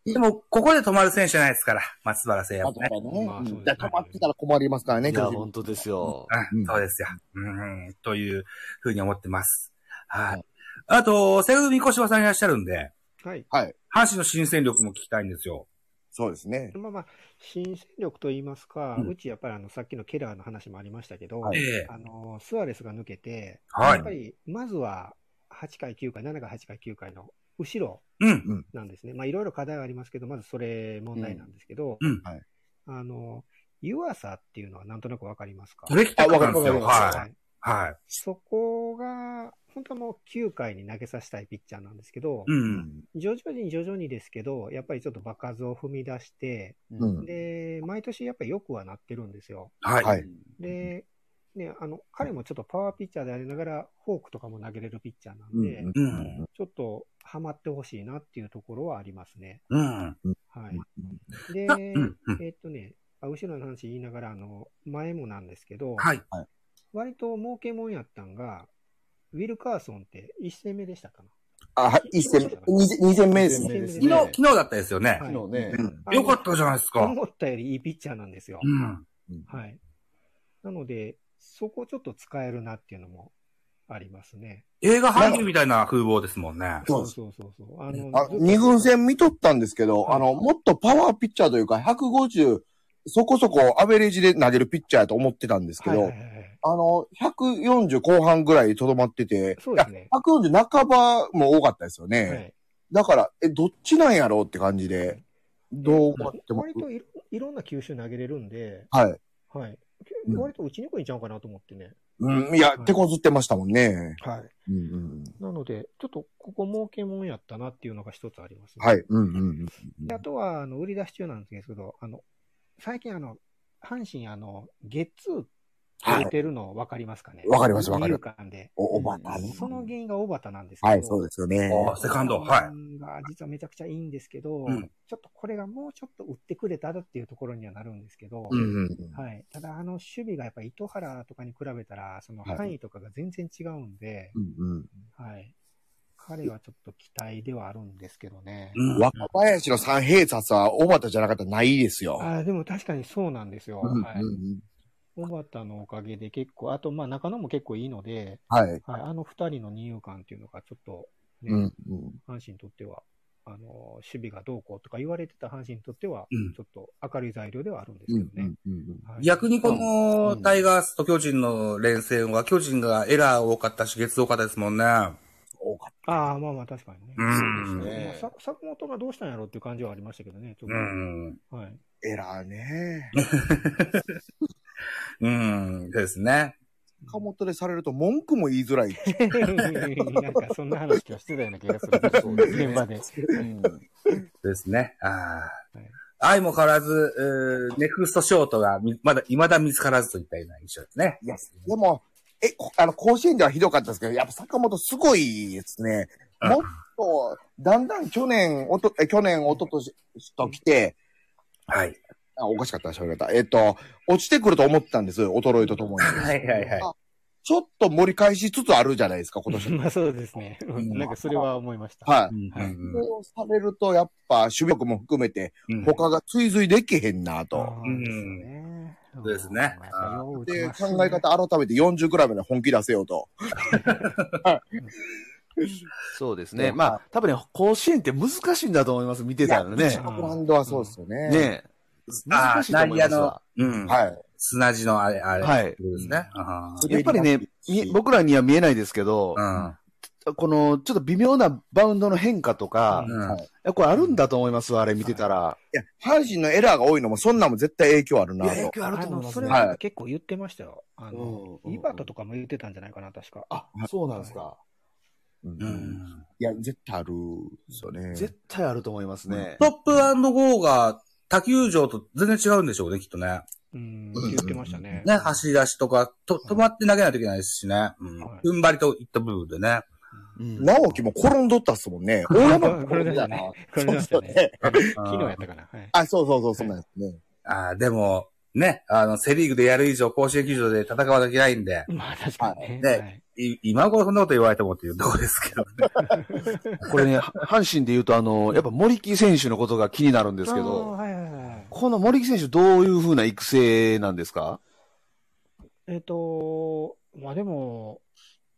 でも、ここで止まる選手じゃないですから、松原聖也
あ
も
と
ね。
はね。
まあそうですね
うんだから止まってたら困りますからね、
いや、
巨人
本当ですよ。
うん、そうですよ。うん、というふうに思ってます。はい。あと、セグミコシバさんいらっしゃるんで、
はい。
阪神の新戦力も聞きたいんですよ。
そうですね。
まあまあ、新戦力といいますか、
うん
うちやっぱりあの、さっきのケラーの話もありましたけど、
ええ。
あの、スアレスが抜けて、
はい
やっぱり、まずは、8回、9回、7回、8回、9回の後ろ
うん。
なんですね。まあ、いろいろ課題はありますけど、まずそれ問題なんですけど、
うんうん
はい
あの、湯浅っていうのはなんとなくわかりますか
取れきたんですよ。
あわか
はい。
い。
はい。
そこが、本当はもう9回に投げさせたいピッチャーなんですけど、
うん。
徐々に徐々にですけど、やっぱりちょっと場数を踏み出して、
うん。
で、毎年やっぱり良くはなってるんですよ。
はい。
はい。
で、ね、あの、彼もちょっとパワーピッチャーでありながら、フォークとかも投げれるピッチャーなん
うん
で、
う
うんん。
ちょっとハマってほしいなっていうところはありますね。
うん。
はい。で、
あうんうん
えっとね、あ後ろの話言いながら、あの、前もなんですけど、
はい。
割と儲けもんやったんが、ウィルカーソンって1戦目でしたか
あ、はい、一戦目。二戦二戦目です
二
ね。
戦目です
昨日、
ね
昨日だったですよね。
は
昨
い
日ね
う、ん
な
よかったじゃないです
あの
か。
思ったよりいいピッチャーなんですよ。
うん。
はい。なので、そこちょっと使えるなっていうのもありますね。
映画俳優みたいな風貌ですもんね。
そうです
そうそうそう。あの、
あ
ずっと
二軍戦見とったんですけど、
はい
あの、もっとパワーピッチャーというか、150、そこそこアベレージで投げるピッチャーやと思ってたんですけ
はい
ど、
はいはいはい。
あの、140後半ぐらいとどまってて、
そうですね
いや140半ばも多かったですよね。
はい
だから、え、どっちなんやろうって感じで、どう思っても
割、といろいろんな球種投げれるんで、
はい。
はい。
うん
割と打ちにくいんちゃうかなと思ってね。
うん、いや、
はい
手こずってましたもんね。
は
う
い。
んうん。
なので、ちょっとここ儲けもんやったなっていうのが一つありますね。
はい、うんうんうん。
であとは、あの、売り出し中なんですけど、あの、最近あの、阪神あの、ゲッツーって出てるの分かりますかね
わかりますわかります
二遊間で。
お、おばたね。
その原因が小畑なんですけど。
はい、そうですよね。
あセカンドはい
が実はめちゃくちゃいいんですけど、
うん
ちょっとこれがもうちょっと打ってくれたらっていうところにはなるんですけど、
うんうんうん。
はい、ただあの守備がやっぱり糸原とかに比べたら、その
はい
範囲とかが全然違うんで、
うんうん。
はい彼はちょっと期待ではあるんですけどね。
うん。
若林の三平札は小畑じゃなかったらないですよ。
あーでも確かにそうなんですよ。
うん
はい
うん
小畑のおかげで結構、あと、まあ、中野も結構いいので、
はい。
はい、あの二人の二遊間っていうのがちょっと、ね
うんうん
阪神にとっては、あの守備がどうこうとか言われてた阪神にとっては、
うん
ちょっと明るい材料ではあるんです
う
け
ん
ど
う
ね
ん。うん
はい
逆にこ
う
の
ん
タイガースと巨人の連戦は、巨人がエラー多かったし、月多かったですもんね。
多かっ
ああ、まあまあ確かにね。
うん
そうですね
ね
まあさ坂本がどうしたんやろうっていう感じはありましたけどね、ちょっ
う
と。
ん。
はい。
た。エラーね。
うん。ですね。
岡本でされると文句も言いづらい。
なんかそんな話をしてたような気がする。
そうですね
現場で。
うん
ですね。ああ
はい。
相も変わらず、えーネクストショートがみまだ、未だ見つからずといったような印象ですね。
いや、でも、え、こあの、甲子園ではひどかったですけど、やっぱ坂本すごいですね。
うん
もっと、だんだん去年、おと、え去年、おととしと来て、
はい。
あ、おかしかったな、喋り方。えっと、落ちてくると思ってたんです、衰えとともに。
はいはいはい。
ちょっと盛り返しつつあるじゃないですか、今年。
まあそうですね。うんなんかそれは思いました。
はい。
うん
それをされると、やっぱ、守備力も含めて、
うん
他が追随できへんな
そ
と。
うですね。
そうですね
まあよう打ち
で、
ましたね
考え方改めて40ぐらいまで本気出せようと。
そうですね。まあ、多分ね、甲子園って難しいんだと思います、見てたらね。
ブランドはそうですよね。
ね
あ
難し
あ、
い
内
と思いま
野
す
の
わ。、
うん。
はい。
砂地のあれ、あれ。
はい
とうことですね。ああ
やっぱりね、み僕らには見えないですけど、この、ちょっと微妙なバウンドの変化とか
う、ん。うん。
やっぱこれあるんだと思いますわ、あれ見てたら。
いや、阪神のエラーが多いのも、そんなんも絶対影響あるなと。
響
あの、それ
はい
は結構言ってましたよ。あの、井端とかも言ってたんじゃないかな、確か。
あ、そうなんですか。
うん
うん
いや、絶対ある。そうね。
絶対あると思いますね
ス。トップゴーが、他球場と全然違うんでしょうね、きっとね。
うん、言ってましたね。
ね、走り出しとか、と、止まって投げないといけないですしね。うん
はい。
踏ん張りといった部分でね。
うん
直樹も転んどったっすもんね。 大山も転んだな。
これでしたね。
昨
昨日やったかな。はい。
あ、そうそうそう、そんなんですね。
ああ、でも、ね、あの、セリーグでやる以上、甲子園球場で戦わなきゃいけないんで、
まあ確かに
は
ね。
い
はい
い今頃そんなこと言われてもっていうとこですけどね。
これね、阪神で言うと、あの、やっぱ森木選手のことが気になるんですけ
あー
ど、
はいはいはい。
この森木選手どういうふうな育成なんですか
えっ、と、まあでも、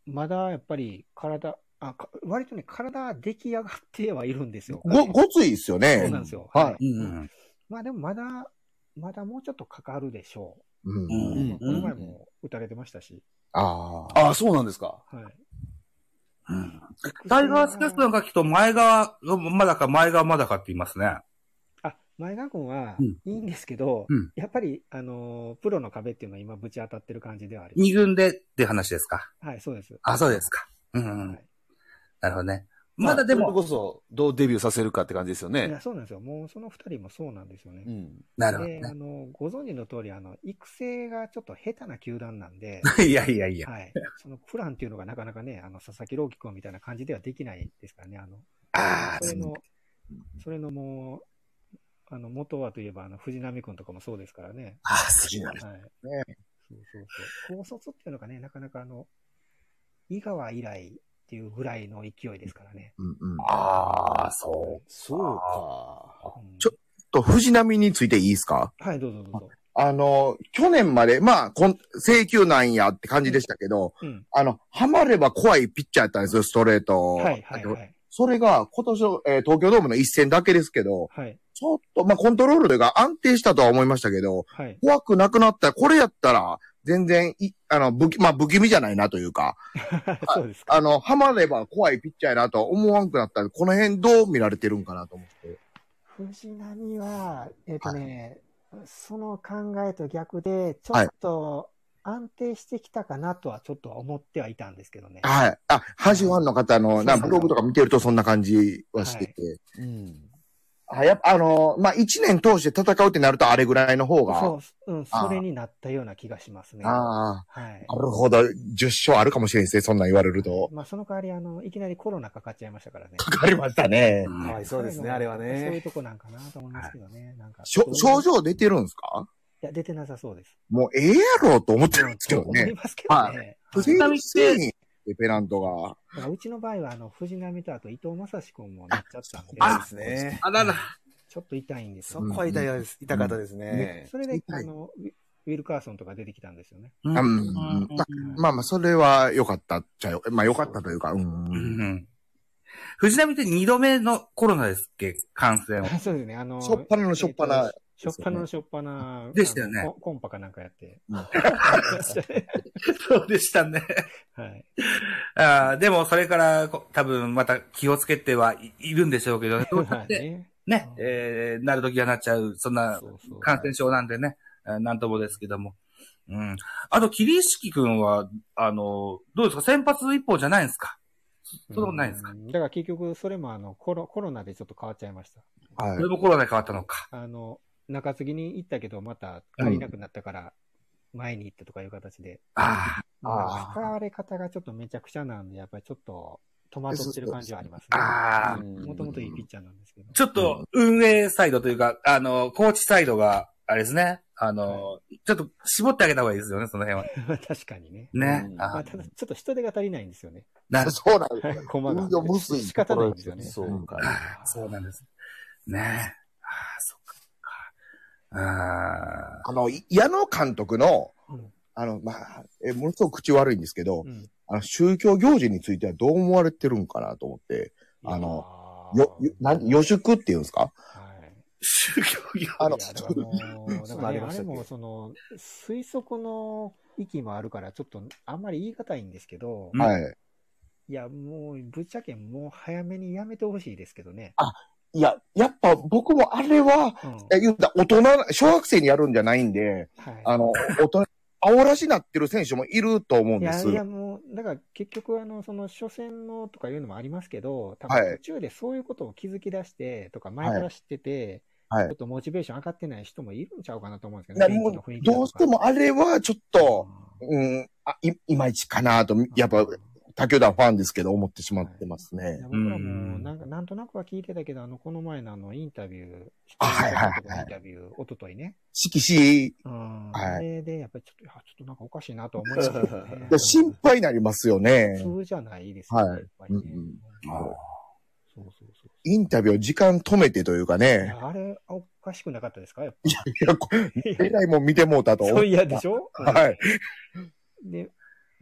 まだやっぱり体、あか割とね、体は出来上がってはいるんですよ。
ご、ごついっすよね。
そうなんですよ。
はい。
うん。
まあでもまだ、まだもうちょっとかかるでしょ
う。
うんん
う。この前も打たれてましたし。
ああ。
ああ、そうなんですか。
はい。
うんタイガースキャストなんか聞くと、前側、まだか前側まだかって言いますね。
あ、前川君は
うん
いいんですけど、
うん
やっぱり、あのープロの壁っていうのは今ぶち当たってる感じではありま
二軍でって話ですか。
す。はい、そうです。
あ、そうですか。うんうん
はい。
なるほどね。まだで
あそ
も、
れこそ、どうデビューさせるかって感じですよ
い
ね
や。そうなんですよ。もうその二人もそうなんですよね。
うん。
なるほど
で、あの、ご存知の通り、あの、育成がちょっと下手な球団なんで、
ね。いやいやいや。
はい。そのプランっていうのがなかなかね、あの、佐々木朗希君みたいな感じではできないですからね、あの、
ああ、
それ
そう
の、それのもう、あの、元はといえば、あの、藤波君とかもそうですからね。
ああ、そうなん
はい
だ。。
そうそうそう。高卒っていうのがね、なかなかあの、井川以来っていうぐらいの勢いですからね。
うんうん。ち
ああ、そう。
そうか。
うん
ちょょっと藤波についていいですか
はい、どうぞどうぞ。
あの、去年まで、まあ、こん請求なんやって感じでしたけど、
うん。
あの、ハマれば怖いピッチャーやったんですよ、ストレート。
はい、はい、はい。
それが今年の、えー東京ドームの一戦だけですけど、
はい、
ちょっと、まあ、コントロールというか安定したとは思いましたけど、
はい。
怖くなくなった、これやったら、全然い、あの、不気、まあ、不気味じゃないなというか、
そうですか。
あの、ハマれば怖いピッチャーやなとは思わんくなったんでこの辺どう見られてるんかなと思って。
藤波は、えっ、とね、その考えと逆で、ちょっと安定してきたかなとはちょっとは思ってはいたんですけどね。
はい。あ、阪神ファンの方の、な
そうそう
ブログとか見てるとそんな感じはしてて。
うん。
あやっぱ、あの、まあ、一年通して戦うってなるとあれぐらいの方が、
そう、うん、
あー
それになったような気がしますね。は
あ
い。
あ、なるほど。10勝あるかもしれんですね、そんなん言われると。
まあ、その代わり、あの、いきなりコロナかかっちゃいました からね。
かかりましたね。
かわいそうですね、
いのが
あれは
そういう
ね。
とこなんかなと思いますけどね。なんか。
しょ症
い
状出てるんですか
や、出てなさそうです。
もうええやろうと思ってるんですけど
思い
ね。
ますけどね。
藤
はい
波って、で、ペナントが。
だからうちの場合は、あの、藤波とあと伊藤正志君もなっちゃったんで、
あですね。
あらら。
ちょっと痛いんです
そ
よ。
こは痛いです痛かったです
で
ね。
それで、
痛い
あの、ウィウィルカーソンとか出てきたんですよね。
う。
うんん。ままあまあ、それは良かったっちゃよ。まあ良かったというか、うん。
うん藤波って二度目のコロナですっけ感染は。
そうですね、あの、
しょっぱなのしょっぱな。
しょっぱなのしょっぱな。
でしたよね
あのコンコンパかなんかやって。
うん
そうでしたね。
はい。
あーでも、それから、こ多分、また気をつけてはいいるんでしょうけど、どうしたっ
はい
て
ね
ね、えーなるときはなっちゃう、そんな
そうそう
感染症なんでね、えーなんともですけども。うん。あと、桐敷くんは、あの、どうですか先発一本じゃないんですかそそんなことないんですか
うんだから結局、それもあのコロ、コロナでちょっと変わっちゃいました。
は
それもコロナで変わったのか。
あの、中継ぎに行ったけど、また足りなくなったから、前に行ってとかいう形で。
あ
まあ使われ方がちょっとめちゃくちゃなんで、やっぱりちょっと戸惑ってる感じはあります
あ、ああ、
うん
もともといいピッチャーなんですけ ど。
ちょっと、運営サイドというか、あの、コーチサイドが、あれですね。あの、ちょっと絞ってあげた方がいいですよね、その辺は。
確かにね。
ね。
うん
あ
まあ、ただ、ちょっと人手が足りないんですよね。
なる
そうなんです。
駒が。
運用むずい
仕
と
方
こ
ない
ろ
ん
で
ですす
よ
よ
ね
ね。
そうか。
あーそうなんです。ねえ。ああ、そっかそっか。ああ。
あの、い矢野監督の、
うん
あの、まあ、え、ものすごく口悪いんですけど、
うん
あの、宗教行事についてはどう思われてるんかなと思って、あの、よ、よなん、予祝っていうんですか
はい。
宗教 業。
あの
いやだからもう
そ
だ
んな
から
あり
ね、
ま
あ
した
れ
っけ
もその、推測の域もあるから、ちょっとあんまり言い難いんですけど、
うん
はい。
いや、もう、ぶっちゃけもう早めにやめてほしいですけどね。
いや、やっぱ僕もあれは、
うんはい
え言った大人な、小学生にやるんじゃないんで、あの、大人、煽らしなってる選手もいると思うん
い
で
や
す。
いやもう、だから結局、あの、その、初戦のとかいうのもありますけど、多
はい
分途中でそういうことを気づき出して、とか前から知ってて、
はい
ちょっとモチベーション上がってない人もいるんちゃうかなと思うんですけ
な
ど、
も
ね、
うどうしてもあれはちょっと、うん、あいいまいちかなと、やっぱ、他球団ファンですけど、思ってしまってます
い
ね
や。僕ら
うんう
も
ん
なんか、なんとなくは聞いてたけど、あの、この前のあの、インタビュー、
あはいはいはい
インタビュー、おとといね。
色紙、
うん。
はい。
あれで、やっぱりちょっと、いやちょっとなんかおかしいなとは思いましたけどね
心配になりますよね。
普通じゃないですよね。
はい
やっぱりね
うんうん
そうそうそう。
インタビューを時間止めてというか
い
ね、
やあれ、おかしくなかったですかやっ
いや、こ
ぱり。
えらいもん見てもうたと。
そういやでしょ
はい。
で、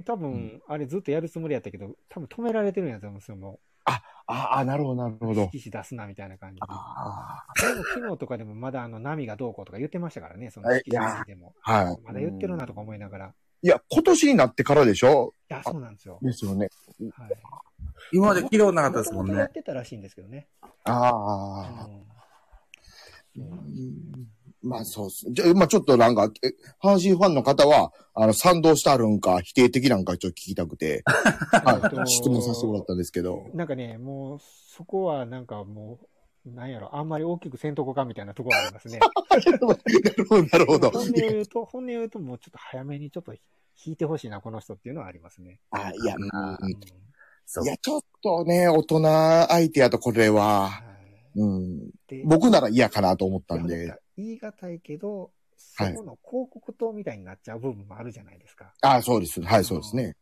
多分、あれずっとやるつもりやったけど、多分止められてるんやと思うんですよ、も
ああ、なるほど、なる
う。
ほど。
色紙出すな、みたいな感じで。
あ
でも昨日とかでもまだあの、波がどうこうとか言ってましたからね、その
はい
色紙についても。
あ、はい。
まだ言ってるなとか思いながら。
いや、今年になってからでしょ
いや、そうなんですよ。
ですよね。
はい。
今まで切れなかったですも
も
ん
とや
ね
っ。てたらしいんですけどね。
ああ。
うん
まあそうっす。じゃあ、まあちょっとなんか、え阪神ファンの方は、あの、賛同したあるんか、否定的なんかちょっと聞きたくて、 はい、質問させてもらったんですけど。
なんかね、もう、そこはなんかもう、なんやろ、あんまり大きくせんとこかみたいなところありますね。
なるほど、なるほど。
本音を言うと、本音を言うと、もうちょっと早めにちょっと引いてほしいな、この人っていうのはありますね。
あいや、
あ
うん
うん
そう
い。や、ちょっとね、大人相手やとこれは、
はい
うん、
で
僕なら嫌かなと思ったん
いやな
で
か、言い難いけど、そ
はい
この広告塔みたいになっちゃう部分もあるじゃないですか。
ああ、そうです。はい、そうですね。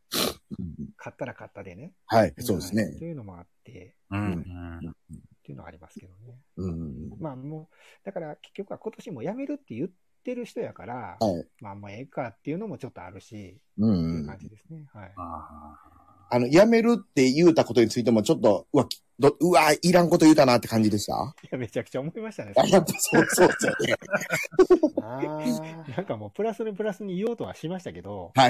うん
買ったら買ったでね。
はい、そうです
はい
ね。
というのもあって、
うん。
っていうのはありますけどね。
うん。
まあもう、だから結局は今年も辞めるって言ってる人やから、
はい
まあもうええかっていうのもちょっとあるし、
う
っていうん感。じですね。はい。
あ
あの、辞めるって言うたことについても、ちょっと、うわ、きどうわ、いらんこと言うたなって感じでした
いや、めちゃくちゃ思いましたね。
あ、やっぱそう、そうですよね。
なんかもうプラスにプラスに言おうとはしましたけど、
はい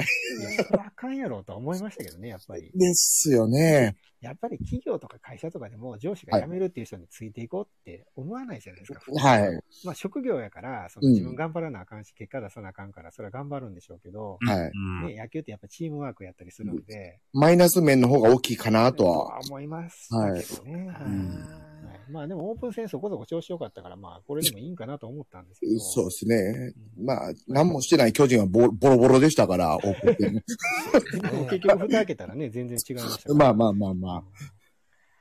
や。それはあかんやろうとは思いましたけどね、やっぱり。
ですよね。
やっぱり企業とか会社とかでも上司が辞めるっていう人についていこうって思わないじゃないですか。
はい。
まあ職業やから、そ
うん
の自分頑張らなあかんし、結果出さなあかんから、それは頑張るんでしょうけど、
あ。
はい。
うん。
ね、野球ってやっぱチームワークやったりするんで、
マイナス面の方が大きいかなとは。
思います。
はい
けどね。はい
うん
はいまあでもオープン戦そこそこ調子良かったから、まあこれでもいいんかなと思ったんですけど。
そうですね。
うん
まあ、何もしてない巨人はボボロボロでしたから、オープン戦
でも結局、蓋開けたらね、全然違いましたから
まあまあまあまあ。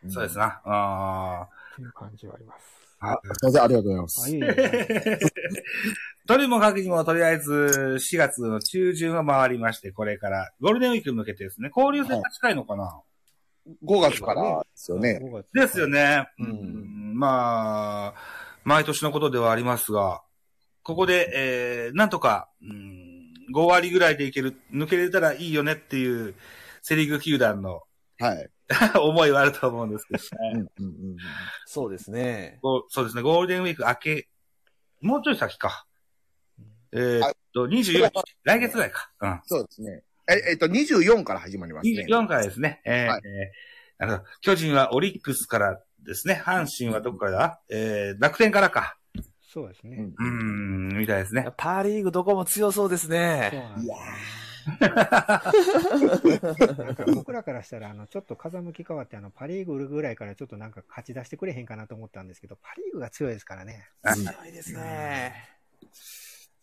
そうですな。ああ。
という感じはあります。
あ、すいません、ありがとうございま
あ、
す
い。いね。
とにもかくにも、とりあえず、4月の中旬は回りまして、これから、ゴールデンウィークに向けてですね、交流戦が近いのかな、
5月からですよね。
5月
ですよ。ね。
うん
うんまあ、毎年のことではありますが、ここで、えー、なんとか、うん、5割ぐらいでいける、抜けれたらいいよねっていう、セリーグ球団の
はい。
思いはあると思うんですけど
う
ね。
んうんうん
そうですね。
こうそうですね、ゴールデンウィーク明け、もうちょい先か。えー、っと、24日、来月ぐらいか。うん。
そうですね。え、えっと、24から始まりますね。
24回ですね。えー
はい
えーあの、巨人はオリックスからですね。阪神はどこからだえー、楽天からか。
そうですね。
うーん、みたいですね。
パーリーグどこも強そうです
そう
ね。
なん
い
で
や
すなんか僕らからしたら、あの、ちょっと風向き変わって、あの、パリーグぐらいからちょっとなんか勝ち出してくれへんかなと思ったんですけど、パリーグが強いですからね。
強いですね。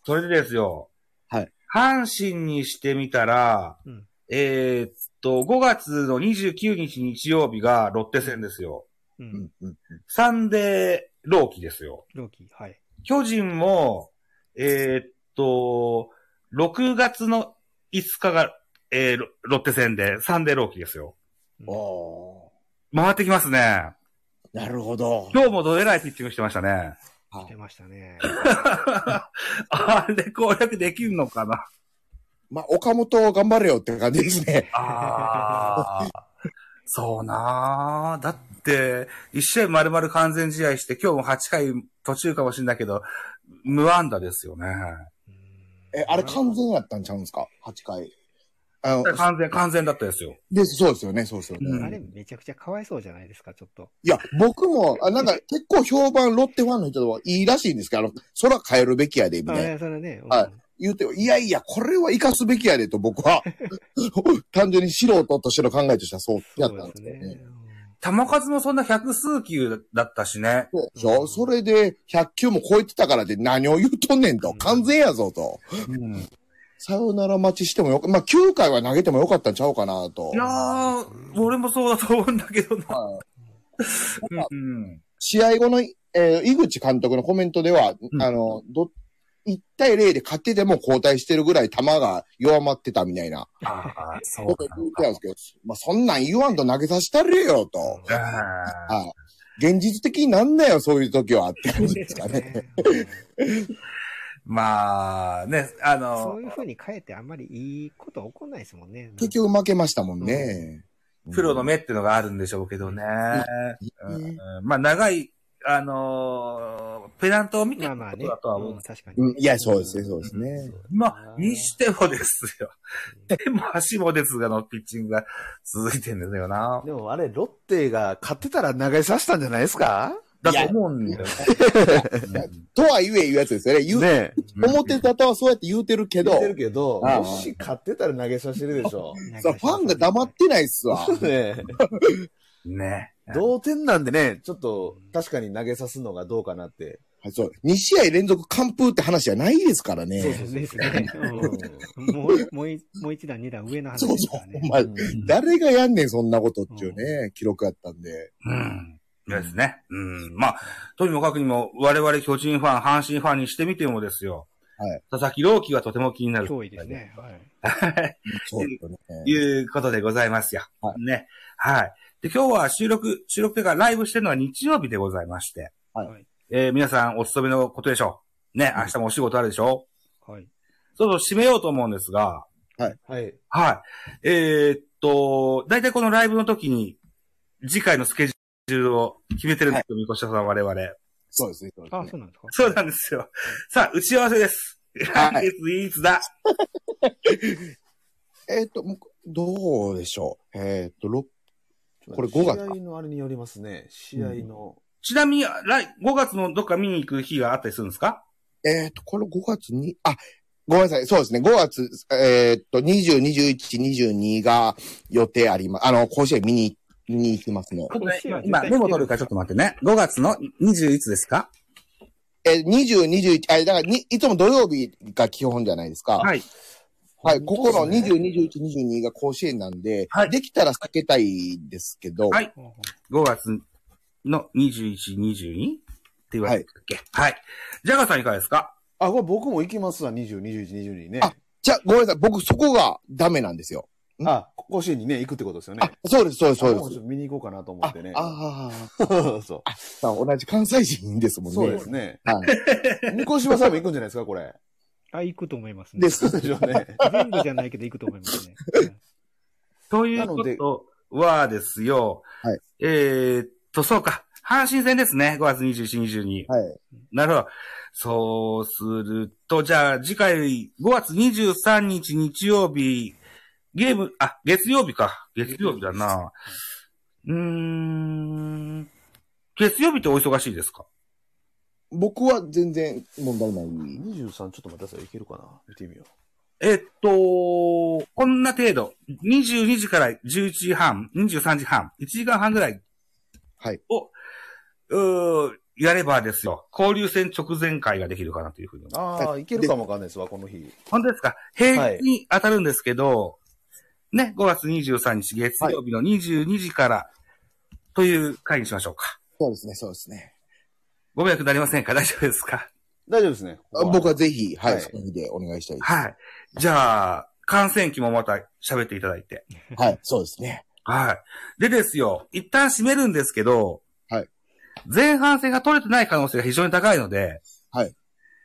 それでですよ。
はい。
阪神にしてみたら、
うん
えーっと、5月の29日日曜日がロッテ戦ですよ。
う
ーうん
ん。
うん
サンデーローキですよ。
ロキ、はい。
巨人も、えーっと、6月の5日が、えーロロッテ戦で、サンデーローキですよ。
お
回ってきますね。
ーなるほど。
今日もどえらいピッチングしてまし たね。
出ましたね。
あれ攻略できんのかな
まあ、岡本頑張れよって感じですね。
ああ。そうなあ。だって、一試合丸々完全試合して、今日も8回途中かもしれないけど、無安打ですよね。
え、あれ完全やったんちゃうんですか ?8 回。あの、
完全、完全だったですよ。
で、そうですよね、そうですよね。
うん
あれめちゃくちゃかわいそうじゃないですか、ちょっと。
いや、僕も、あなんか結構評判ロッテファンの人はいいらしいんですけど、あの、空変えるべきやで、み
あ
たいな。
れ、それね。うん
はい言うて、いやいや、これは生かすべきやでと僕は、 単純に素人としての考えとしてはそうやったんですけどね。
球数もそんな百数球だったしね。
そうでしょそれで、100球も超えてたからで何を言うとんねん
う
と。
ん
完全やぞと。さよなら待ちしてもよかまあ、9回は投げてもよかったんちゃうかなと
い。やー、俺もそうだと思うんだけどな。
はい
うん。
試合後の、えー井口監督のコメントでは、
うん
あの、ど、1対0で勝ってても交代してるぐらい球が弱まってたみたいな
ああ、そ
こと言ってたんですけど、まあ、そんなん言わんと投げさせたれよと。
だな。
現実的になんなよ、そういう時は、って感じですかね。
ね
まあ、ね、あの、
そういう風に変えてあんまりいいこと起こんないですもんね。
結局負けましたもんね。
プロの目ってのがあるんでしょうけどね。
うん
うんまあ、長い、あのーペナントを見て
まあ
る
まあ
こ
ね。
とだとは思うん
うん
です。
確かに。
うんいや、そうですね、そうですね。
まあ、にしてもですよ。手も足もですがのピッチングが続いてんですよな。
でもあれ、ロッテが勝ってたら長居させたんじゃないですか
だと思うんだよね。
とはいえ言うやつですよね。言う、
ね
表沙汰はそうやって言うてるけ
え。
ど、
言ってるけど、
ああ
もし勝ってたら投げさせるでしょ。
なん
さ
か
ファンが黙ってないっすわ。
ねえ。
ね。
同点なんでね、ちょっと確かに投げさすのがどうかなって。
はいそう。2試合連続完封って話じゃないですからね。
ですね。
う
うんもう、もうい、もう一段、二段上の話
そう
です
そ
か
うほ
ら。
ん
ね。
ま
ん
誰がやんねん、そんなことっていうね、記録やったんで。
うん。ですね。うん。まあ、とにもかくにも、我々巨人ファン、阪神ファンにしてみてもですよ。
はい
佐々木朗希がとても気になる。
脅威ですね。はい。
そうですね。
いうことでございますよ。
は
ね。はい。で、今日は収録、収録というか、ライブしてるのは日曜日でございまして。
はい
はい
えー皆さんお勤めのことでしょう。ね、明日もお仕事あるでしょ
はい。
う。そろそろ締めようと思うんですが、
はい。
はい。えーっと、だいたいこのライブの時に、次回のスケジュールを決めてるんですよ、みこしさん、我々。
そうですね。そうです
あ、
ね
そうなんですか
そうなんですよ。さあ、打ち合わせです。
はい
いつ、いつだ。
えっと、もうどうでしょう。えっと、ろこれ
5
5月か
試合のあれによりますね。試合の。
ちなみに、来、5月のどっか見に行く日があったりするんですか
えっと、これ5月に、あ、ごめんなさい。そうですね。5月、えっと、20、21、22が予定あります。あの、甲子園見に、見に行きますね。
今年は絶対
今、メモ取るからちょっと待ってね。5月の21ですか
え、20、21、あ、だからに、いつも土曜日が基本じゃないですか。
はい。
はい、ここの20、21、22が甲子園なんで、
はい
できたら避けたいですけど、
はい
ほうほ
5
う
月の21、22? って言われてたっけ。はい。ジャガーさんいかがですか
あ、これ僕も行きますわ、20、21、22ね。
あじゃあ、ごめんなさい。僕、そこがダメなんですよ。
あ、甲子園にね、行くってことですよね
あ。、そうです、そうです、そう
あ僕ち
です
ょっ。と見に行こうかなと思ってね。
ああ
そう。
ー、あ同じ関西人ですもんね。
そうですね。。
は い
三越はさんも行くんじゃないですか、これ。
あ、行くと思いますね。
です。
でしょうね。
全部じゃないけど行くと思いま すね。
という
な
こ
ので
とはですよ。
はい
えーっと、そうか。阪神戦ですね。5月21、22。
はい。
なるほど。そうすると、じゃあ次回5月23日日曜日、ゲーム、あ、月曜日か。月曜日だな。うーん。月曜日ってお忙しいですか
僕は全然問題ない。
23、ちょっと待ってください。行けるかな見てみよ。
えっと、こんな程度、22時から11時半、23時半、1時間半ぐらい。
はい。
を、うーやればですよ、交流戦直前会ができるかなというふうに思いう
ああ、行けるかもわかんないですわ、この日。
本当ですか平日に当たるんですけど、ね、5月23日月曜日の22時から、という会にしましょうか。
そうですね、そうですね。
ご迷惑になりませんか大丈夫ですか
大丈夫ですね。
あ僕はぜひ、は、
はいい
その日でお願いしたいです。
はい。じゃあ、感染期もまた喋っていただいて。
はい、そうですね。
はい。でですよ、一旦閉めるんですけど、
はい。
前半戦が取れてない可能性が非常に高いので、
はい。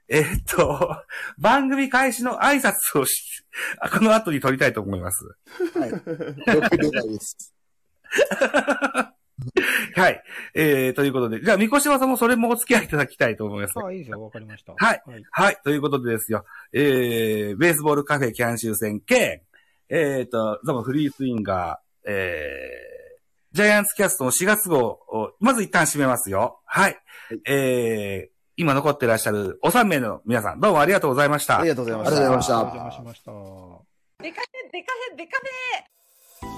えっと、 番組開始の挨拶をし、あこの後に取りたいと思います。
了解了解です。
はい。えー、ということで。じゃあ、三越さんもそれもお付き合いいただきたいと思います。
あ、いいですよ。わかりました。
はい。
はい。
はい。ということでですよ。えー、ベースボールカフェキャンシュー戦兼、えーと、ザボフリースインガー、えー、ジャイアンツキャストの4月号を、まず一旦締めますよ。はい。えー、今残ってらっしゃるお3名の皆さん、どうもありがとうございました。
ありがとうございました。
ありがとうございました
お邪魔しました。
デカフェデカフェデカフェ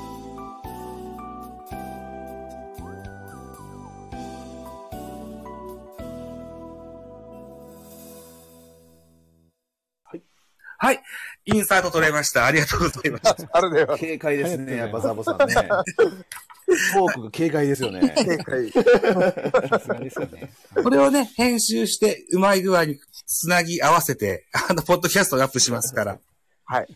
はい。インサート取れました。ありがとうございました。
あれだよ。
警戒ですね、
あ
やっ
り
ぱ
が
ザボさんね。トークが警戒ですよね。
さすがですよね。
これをね、編集して、うまい具合につなぎ合わせて、あの、ポッドキャストにアップしますから。
はい。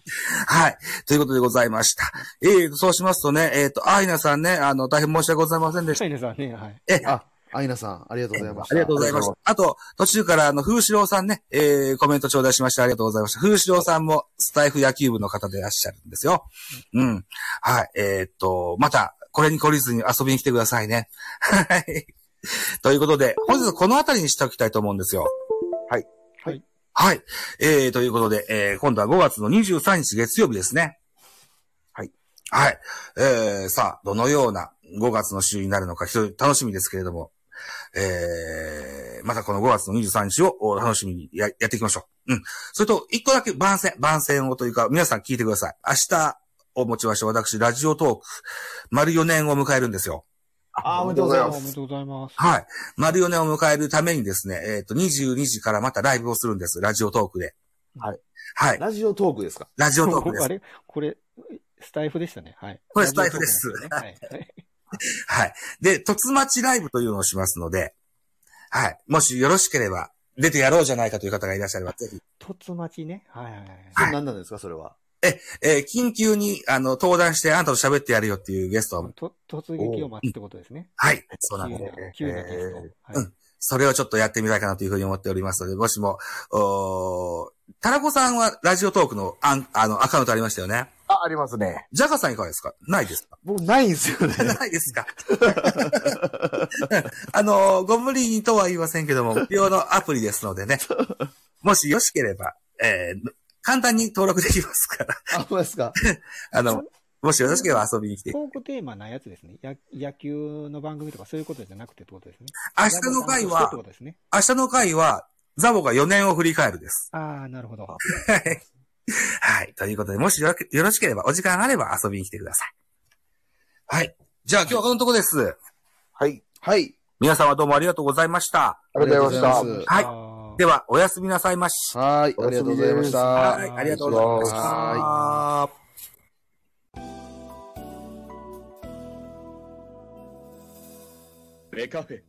はい。ということでございました。えー、そうしますとね、えっ、と、アイナさんね、あの、大変申し訳ございませんでした。
はい、皆さんね、 はい。
あ、アイナさん、ありがとうございまし
あ
た。
りがとうございました。あと、途中から、あの、風志郎さんね、えー、コメント頂戴しました。ありがとうございました。風志郎さんも、スタイフ野球部の方でいらっしゃるんですよ。うん。はい。えーっと、また、これに懲りずに遊びに来てくださいね。はい。ということで、本日はこの辺りにしておきたいと思うんですよ。はい。
はい。
はい。えー、ということで、えー、今度は5月の23日月曜日ですね。はい。はい。えー、さあ、どのような5月の週になるのか、非常に楽しみですけれども、えー、またこの5月の23日をお楽しみにややっていきましょう。うん。それと、一個だけ番宣、番宣をというか、皆さん聞いてください。明日をもちまして、私、ラジオトーク、丸4年を迎えるんですよ。
あーおめでとうございま。
おめですとうございます。
はい。丸4年を迎えるためにですね、えっ、と、22時からまたライブをするんです。ラジオトークで。
はい。
はい。
ラジオトークですか
ラジオトークで
あ
す。
れこれ、スタイフでしたね。はい。
これスタイフです
はい。はい
はい。で、突待ちライブというのをしますので、はい。もしよろしければ、出てやろうじゃないかという方がいらっしゃれば、ぜひ。
突待ちね。はいはいはい。
はい
何なんですか、それは。
えー緊急に、あの、登壇して、あんたと喋ってやるよっていうゲストを、
と突撃を待つってことですね。
はい。そうなんです。
急な急なゲスト。はい
うんそれをちょっとやってみたいかなというふうに思っておりますので、もしも、おータラコさんはラジオトークのアンあのアカウントありましたよね。
あ、ありますね。
ジャガさんいかがですかないですか
僕、ないんですよね。
ないですか あの、ご無理にとは言いませんけども、無料のアプリですのでね。もしよろしければ、えー簡単に登録できますから、
あ、そうですか。
あの、もしよろしければ遊びに来て。
トークテーマなやつですね。や野球の番組とかそういうことじゃなくてってことですね。
明日の回
野球番組とし
は
てって、ことですね。
明日の回は、ザボが4年を振り返るです。
ああ、なるほど。
はい。ということで、もしよろよろしければ、お時間あれば遊びに来てください。はい。じゃあ今日はこのとこです。
はい。
はい。
皆様どうもありがとうございました。
ありがとうございました。
し
はい。
あー
では、おやすみなさいまし。
はい、ありがとうございました。
はい。ありがとうございまし
は
た。
デカフェ。